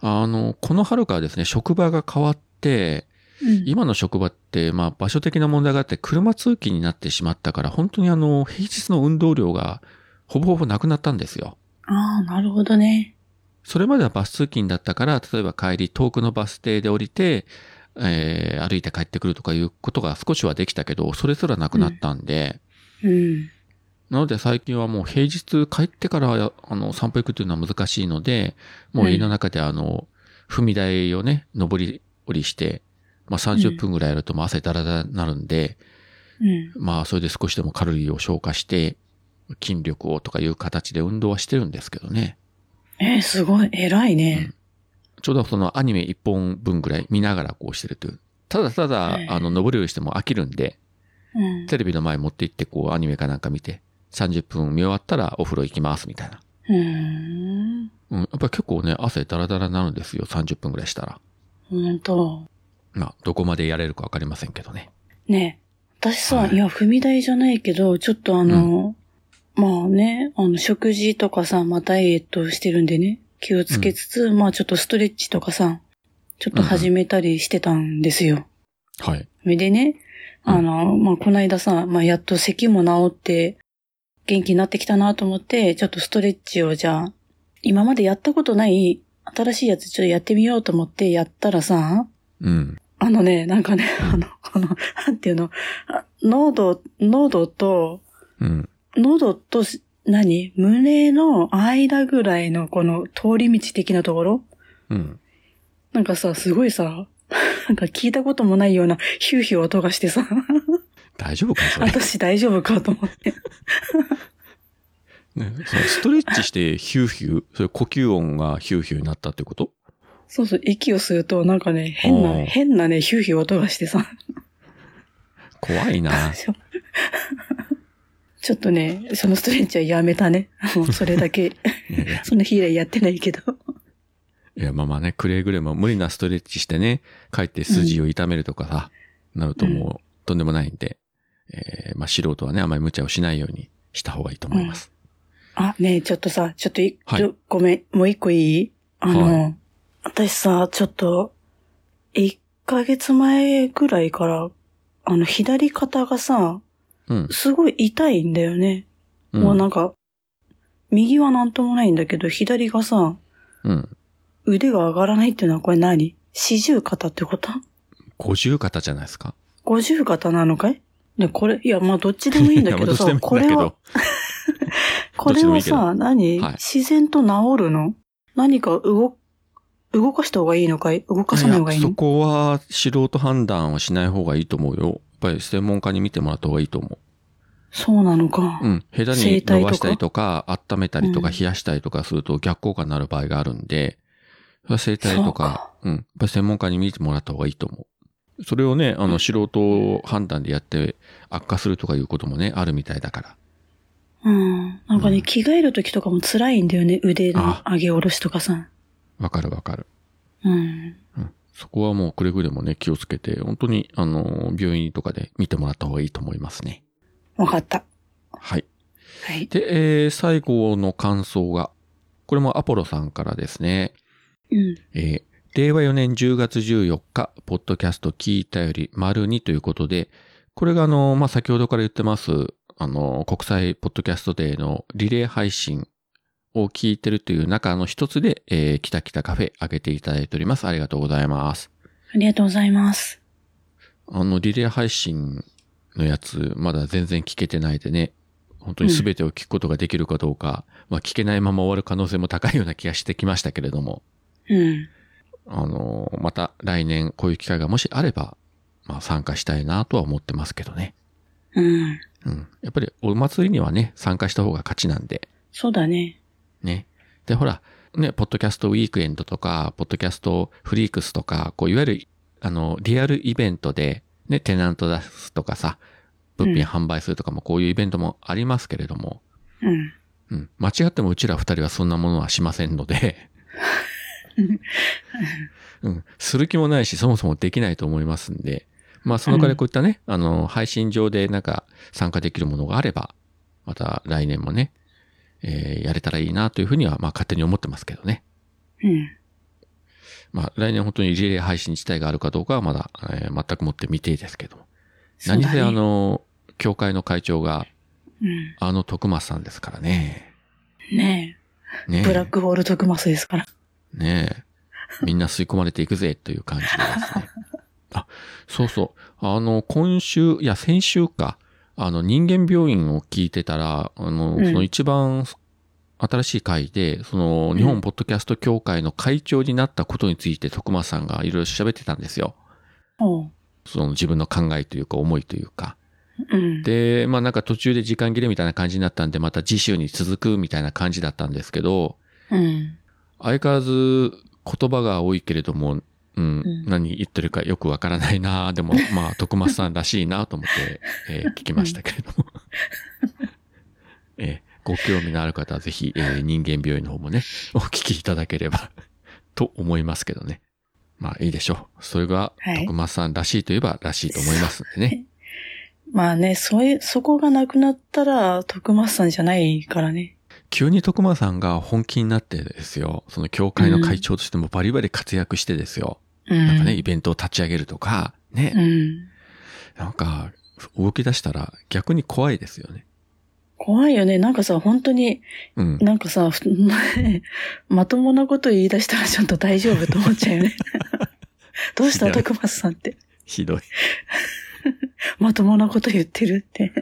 S1: あの、この春からですね、職場が変わって、
S2: そうだね。
S1: 今の職場って、まあ、場所的な問題があって、車通勤になってしまったから、本当にあの、平日の運動量がほぼほぼなくなったんですよ。
S2: うん。ああ、なるほどね。
S1: それまではバス通勤だったから、例えば帰り、遠くのバス停で降りて、えー歩いて帰ってくるとかいうことが少しはできたけど、それすらなくなったんで、
S2: うん。
S1: なので最近はもう平日帰ってから、あの、散歩行くというのは難しいので、もう家の中であの、踏み台をね、上り降りして、まあ30分ぐらいやるともう汗だらだらになるんで、
S2: うん。
S1: まあそれで少しでもカロリーを消化して、筋力をとかいう形で運動はしてるんですけどね。
S2: えー、すごい。偉いね。
S1: ちょうどそのアニメ一本分ぐらい見ながらこうしてるという。ただただ
S2: ええ、
S1: あの、登りをしても飽きるんで、
S2: うん。
S1: テレビの前持って行ってこうアニメかなんか見て、30分見終わったらお風呂行きますみたいな。
S2: うーん。
S1: うん、やっぱり結構ね、汗だらだらになるんですよ、30分ぐらいしたら。
S2: ほんと。
S1: まあ、どこまでやれるかわかりませんけどね。
S2: ねえ私さ、
S1: はい
S2: い、や、踏み台じゃないけど、ちょっとあの、まあね、あの、食事とかさ、まあダイエットしてるんでね、気をつけつつ、まあちょっとストレッチとかさ、ちょっと始めたりしてたんですよ。
S1: はい。
S2: それでね、
S1: うん
S2: あの、まあこの間さ、まあやっと咳も治って、元気になってきたなと思って、ちょっとストレッチをじゃあ、今までやったことない新しいやつちょっとやってみようと思ってやったらさ、
S1: うん。
S2: あのね、なんかね、 (laughs) あの、あの、なんていうの、あ喉、喉と、
S1: うん。
S2: 喉とし、何胸の間ぐらいのこの通り道的なところ
S1: うん。
S2: なんかさ、すごいさ、 (laughs) なんか聞いたこともないようなヒューヒュー音がし
S1: (laughs)
S2: てさ、
S1: 大丈夫かそれ。
S2: 私大丈夫かと思って。
S1: ね、そのストレッチしてヒューヒュー、それ呼吸音がヒューヒューになったってこと
S2: そうそう、息を吸うとなんかね、変
S1: お
S2: な、
S1: ー
S2: 変なね、ヒューヒュー音がしてさ、
S1: 怖い
S2: (laughs)
S1: な。
S2: ちょっとね、そのストレッチはやめたね。もうそれだけ、
S1: いやいや
S2: (laughs) その日以来やってないけど。
S1: いや、まあまあね、くれぐれも無理なストレッチしてね、帰って筋を痛めるとかさ、なるともうとんでもないんで、えー、まあ素人はね、あまり無茶をしないようにした方がいいと思います。
S2: あ、ねえ、ちょっとさ、ちょっとい、
S1: はい
S2: ちょごめん、もう一個いいあの、私さ、ちょっと、一ヶ月前ぐらいから、あの、左肩がさ、
S1: うん。
S2: すごい痛いんだよね。
S1: うん
S2: もうなんか、右はなんともないんだけど、左がさ、
S1: うん。
S2: 腕が上がらないっていうのはこれ何四十肩ってこと
S1: 五十肩じゃないですか。
S2: 五十肩なのかいね、これ、いや、まあ、どっちでもいいんだけどさ、
S1: (laughs) いやまあ
S2: こ
S1: どっちでもいいんだけ
S2: れは
S1: ど、
S2: これはさ、何、
S1: はい
S2: 自然と治るの何か動、動かした方がいいのかい動かさない方がいい
S1: や
S2: の
S1: そこは素人判断はしない方がいいと思うよ。やっぱり専門家に見てもらった方がいいと思
S2: そうなのか。
S1: う。うん。下手
S2: 整
S1: に
S2: 体とか
S1: 伸ばしたりとか、温めたりとか
S2: うん
S1: 冷やしたりとかすると逆効果になる場合があるんで、それは整体とか、うん。やっぱり専門家に見てもらった方がいいと思う。それをね、あの、素人判断でやって悪化するとかいうこともね、あるみたいだから。
S2: うん。なんかね、
S1: うん
S2: 着替える時とかも辛いんだよね。腕の
S1: あ
S2: 上げ下ろしとかさ。
S1: わかるわかる。
S2: うん。
S1: うん。そこはもうくれぐれもね、気をつけて、本当に、あの、病院とかで見てもらった方がいいと思いますね。
S2: わかった。
S1: はい。
S2: はい。
S1: で、えー最後の感想が、これもアポロさんからですね、
S2: うん。
S1: えー令和4年10月14日、ポッドキャスト聞いたより丸2ということで、これがあの、まあ、先ほどから言ってます、あの、国際ポッドキャストデーのリレー配信を聞いてるという中の一つで、えー、キタキタカフェ上げていただいております。ありがとうございます。
S2: ありがとうございます。
S1: あの、リレー配信のやつ、まだ全然聞けてないでね、本当に全てを聞くことができるかどうか、まあ聞けないまま終わる可能性も高いような気がしてきましたけれども、
S2: うん。
S1: あの、また来年こういう機会がもしあれば、まあ参加したいなとは思ってますけどね。
S2: うん。
S1: うん。やっぱりお祭りにはね、参加した方が勝ちなんで、
S2: そうだね。
S1: ね。で、ほら、ね、ポッドキャストウィークエンドとか、ポッドキャストフリークスとか、こう、いわゆる、あの、リアルイベントで、ね、テナント出すとかさ、物
S2: うん
S1: 品販売するとかも、こういうイベントもありますけれども、
S2: うん。
S1: うん。間違ってもうちら二人はそんなものはしませんので、うん。する気もないし、そもそもできないと思いますんで、まあ、その代わりこういったね、あの、配信上でなんか参加できるものがあれば、また来年もね、えーやれたらいいなというふうには、まあ、勝手に思ってますけどね。
S2: うん。
S1: まあ、来年本当にリレー配信自体があるかどうかはまだ、えー全くもって未定ですけども。
S2: そうだ
S1: 何せ
S2: ね
S1: あ、の、協会の会長が、
S2: うん。
S1: あの徳松さんですからね。
S2: ね
S1: ね
S2: え。
S1: え
S2: ブラックホール徳マスですから。
S1: ねえ。みんな吸い込まれていくぜという感じ
S2: (laughs)
S1: でですね。あ、そうそう。あの、今週、いや、先週か、あの、人間病院を聞いてたら、あの、
S2: うん
S1: その一番新しい回で、その、日本ポッドキャスト協会の会長になったことについて、徳松さんがいろいろ喋ってたんですよ。
S2: おう。
S1: その自分の考えというか、思いというか。
S2: うん。
S1: で、まあなんか途中で時間切れみたいな感じになったんで、また次週に続くみたいな感じだったんですけど、
S2: うん。
S1: 相変わらず言葉が多いけれども、うん、
S2: うん
S1: 何言ってるかよくわからないな
S2: (laughs)
S1: でも、まあ、徳松さんらしいなと思って、えー聞きましたけれども。 (laughs) えーご興味のある方はぜひ、えー人間病院の方もね、 (laughs) お聞きいただければ、 (laughs) と思いますけどね。まあいいでしょう。それが
S2: はい
S1: 徳松さんらしいといえばらしいと思いますんで
S2: (laughs)
S1: ね。
S2: まあね、そういう、そこがなくなったら、徳マスさんじゃないからね。
S1: 急に徳間さんが本気になってですよ、その協会の会長としてもバリバリ活躍してですよ、
S2: うん。
S1: なんかね、イベントを立ち上げるとか、ね、
S2: うん。
S1: なんか、動き出したら逆に怖いですよね。
S2: 怖いよね。なんかさ、本当に、
S1: うん。
S2: なんかさ、ふ (laughs) まともなこと言い出したらちょっと大丈夫と思っちゃうよ
S1: (laughs)
S2: ね。どうし
S1: い
S2: た
S1: や
S2: 徳松さんって。
S1: ひどい。
S2: まともなこと言ってるって。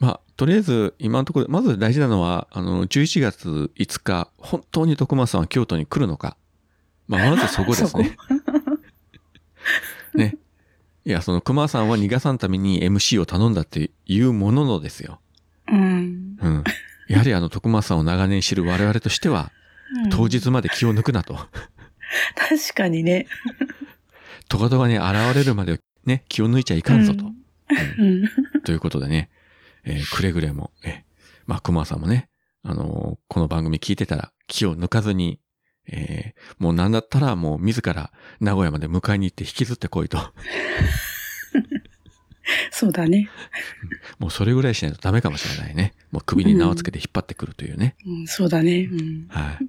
S1: まあ、とりあえず、今のところ、まず大事なのは、あの、11月5日、本当に徳間さんは京都に来るのか。まあ、まずそこですね。ね。いや、その、熊さんは逃がさんために MC を頼んだっていうもののですよ。
S2: うん。
S1: うん。やはりあの、徳間さんを長年知る我々としては、
S2: うん
S1: 当。日まで気を抜くなと。
S2: 確かにね。
S1: とかとかね、現れるまでね、気を抜いちゃいかんぞと。
S2: うんうん。
S1: ということでね、えーくれぐれも、えーまあ、熊さんもね、あのーこの番組聞いてたら気を抜かずに、えーもうなんだったらもう自ら名古屋まで迎えに行って引きずってこいと。 (laughs)
S2: そうだね。
S1: もうそれぐらいしないとダメかもしれないね。もう首に縄をつけて引っ張ってくるという
S2: (laughs)
S1: ね。
S2: うん、そうだね。うん。
S1: はい。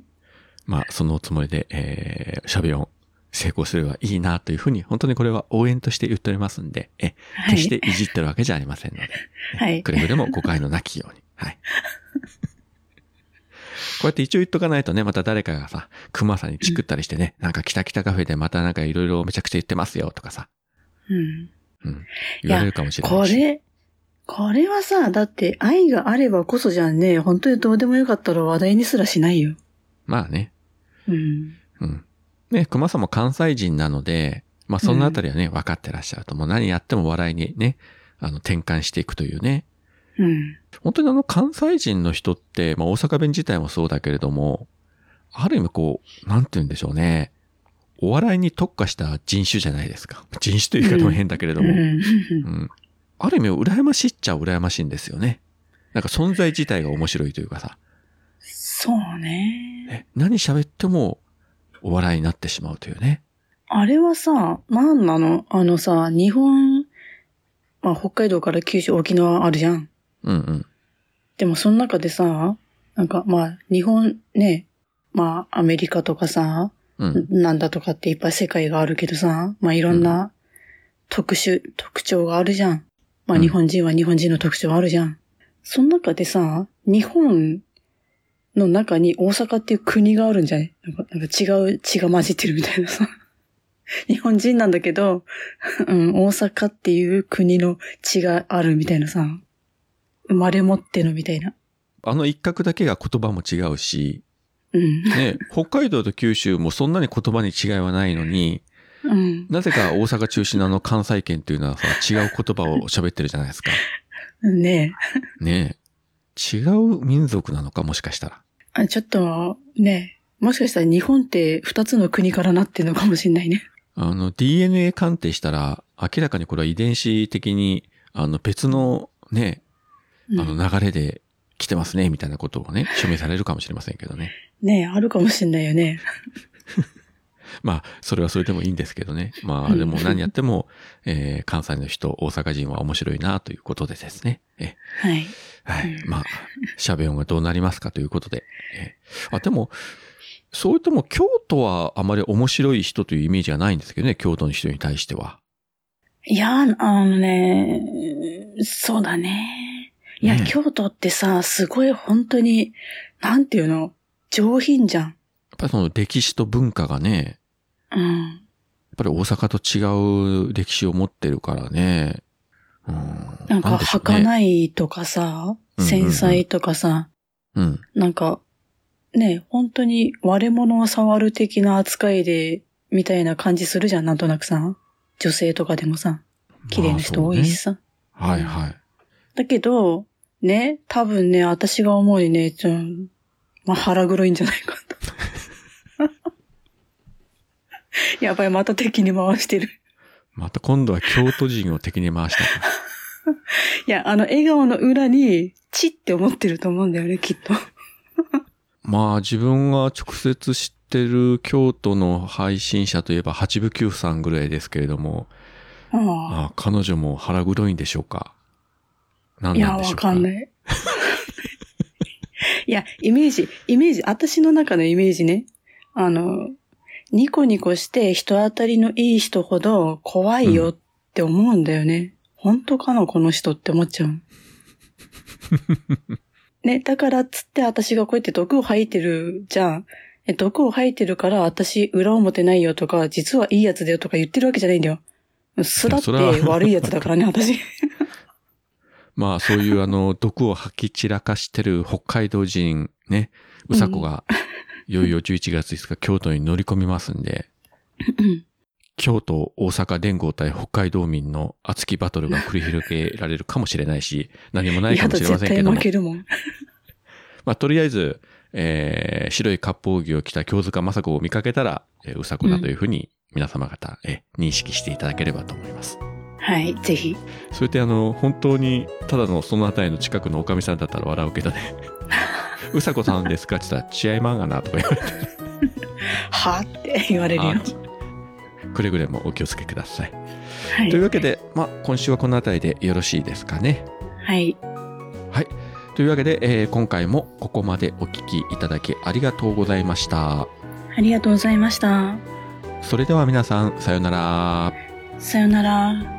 S1: まあ、そのつもりで、えー、シャビオン成功すればいいなというふうに、本当にこれは応援として言っておりますんで、え、
S2: は
S1: 決して
S2: い。
S1: いじってるわけじゃありませんので。
S2: はい
S1: く。れぐれも誤解のなきように。 (laughs) はい。こうやって一応言っとかないとね、また誰かがさ、熊さんにチクったりしてね、なんかキタキタカフェでまたなんかいろいろめちゃくちゃ言ってますよとかさ、
S2: うん。
S1: うん。言われるかもしれな
S2: こ
S1: いし。
S2: れ、これはさ、だって愛があればこそじゃんね。本当にどうでもよかったら話題にすらしないよ。
S1: まあね。
S2: うん。
S1: うん。ね、熊さんも関西人なので、まあそのあたりはね、分かってらっしゃると、もう何やっても笑いにね、あの、転換していくというね。
S2: うん。
S1: 本当にあの、関西人の人って、まあ大阪弁自体もそうだけれども、ある意味こう、なんて言うんでしょうね。お笑いに特化した人種じゃないですか。人種という言い方も変だけれど
S2: う
S1: も。うん
S2: ん。
S1: ある意味、羨ましいっちゃ羨ましいんですよね。なんか存在自体が面白いというかさ、
S2: そうね。
S1: え何喋ってもお笑いになってしまうというね。
S2: あれはさ、なんなのあのさ、日本、まあ北海道から九州、沖縄あるじゃん。
S1: うんうん。
S2: でもその中でさ、なんかまあ日本ね、まあアメリカとかさ、
S1: うん。
S2: なんだとかっていっぱい世界があるけどさ、まあいろんな特殊、特徴があるじゃん。まあ
S1: うん
S2: 日本人は日本人の特徴あるじゃん。その中でさ、日本の中に大阪っていう国があるんじゃないなんかなんか違う血が混じってるみたいなさ。 (laughs) 日本人なんだけど、うん、大阪っていう国の血があるみたいなさ。生まれ持ってのみたいな。
S1: あの一角だけが言葉も違うし、
S2: うん。 (laughs)
S1: ね、北海道と九州もそんなに言葉に違いはないのに、
S2: うん。
S1: なぜか大阪中心のあの関西圏というのはさ、違う言葉を喋ってるじゃないです
S2: (laughs)
S1: か。
S2: ねえ
S1: ねえ。違う民族なのか、もしかしたら。
S2: あ。ちょっと、ねえもしかしたら日本って二つの国からなってるのかもしれないね。
S1: あの、DNA 鑑定したら、明らかにこれは遺伝子的に、あの、別のね、
S2: うん
S1: あの流れで来てますね、みたいなことをね、署名されるかもしれませんけどね。
S2: ねえ、あるかもしんないよね。
S1: まあ、それはそれでもいいんですけどね。ま
S2: う
S1: あ、
S2: ん
S1: でも何やっても、えー関西の人、大阪人は面白いな、ということでですね。え
S2: はい。
S1: はい。まあ、喋音がどうなりますかということで。えーあ、でも、そういっても京都はあまり面白い人というイメージがないんですけどね、京都の人に対しては。
S2: いや、あのね、そうだね。いや、
S1: ね
S2: 京都ってさ、すごい本当に、なんていうの、上品じゃん。
S1: やっぱりその歴史と文化がね、
S2: うん。
S1: やっぱり大阪と違う歴史を持ってるからね。うん。
S2: なんか、
S1: でしょうね
S2: 儚いとかさ、
S1: うんうんうん
S2: 繊細とかさ、
S1: うん。
S2: なんか、ね、本当に割れ物を触る的な扱いで、みたいな感じするじゃん、なんとなくさ。女性とかでもさ、綺麗な人多いしさ。
S1: まあそうねはいはい。
S2: だけど、ね、多分ね、私が思うにね、ちょまあ、腹黒いんじゃないかと。 (laughs) やばい、また敵に回してる。
S1: また今度は京都人を敵に回したか。
S2: いや、あの、笑顔の裏に、チって思ってると思うんだよね、きっと。
S1: (laughs) まあ自分が直接知ってる京都の配信者といえば八部九夫さんぐらいですけれども、
S2: あ
S1: ああ彼女も腹黒いんでしょうか
S2: あ
S1: 何
S2: い
S1: な
S2: や、
S1: んでしょ
S2: わ
S1: うか
S2: かん
S1: い。
S2: ない。 (laughs) いや、イメージ、イメージ、私の中のイメージね。あの、ニコニコして人当たりのいい人ほど怖いよって思うんだよね。本当かな、この人って思っち
S1: (laughs)
S2: ゃう。ね、だからっつって私がこうやって毒を吐いてるじゃん。え毒を吐いてるから私裏表ないよとか、実はいいやつだよとか言ってるわけじゃないんだよ。すだって
S1: それは
S2: 悪いやつだから
S1: (laughs)
S2: ね、私。
S1: まあそういうあの、毒を吐き散らかしてる北海道人、ね、うさこが、いよいよ11月5日京都に乗り込みますんで、京都、大阪、連合対北海道民の熱きバトルが繰り広げられるかもしれないし、何もないか
S2: や
S1: も
S2: だ、
S1: しれませ
S2: 絶
S1: んけ
S2: 対
S1: ども
S2: 負。けるもん。
S1: まあ、とりあえず、えー白い割烹着を着た京塚雅子を見かけたら、えーうさこだというふうに皆様方、えー認識していただければと思います。
S2: はい、ぜひ。
S1: それってあの、本当に、ただのその辺りの近くのおかみさんだったら笑うけどね。うさこさんですかって言ったら、血合い漫画なとか言われて
S2: はぁって言われるよ。
S1: あくれぐれもお気をつけください。
S2: は
S1: という
S2: い。
S1: わけで、まあ、今週はこの辺りでよろしいですかね。
S2: はい。
S1: というわけで、えー今回もここまでお聞きいただきありがとうございました。
S2: ありがとうございました。
S1: それでは皆さん、さようなら。
S2: さよなら。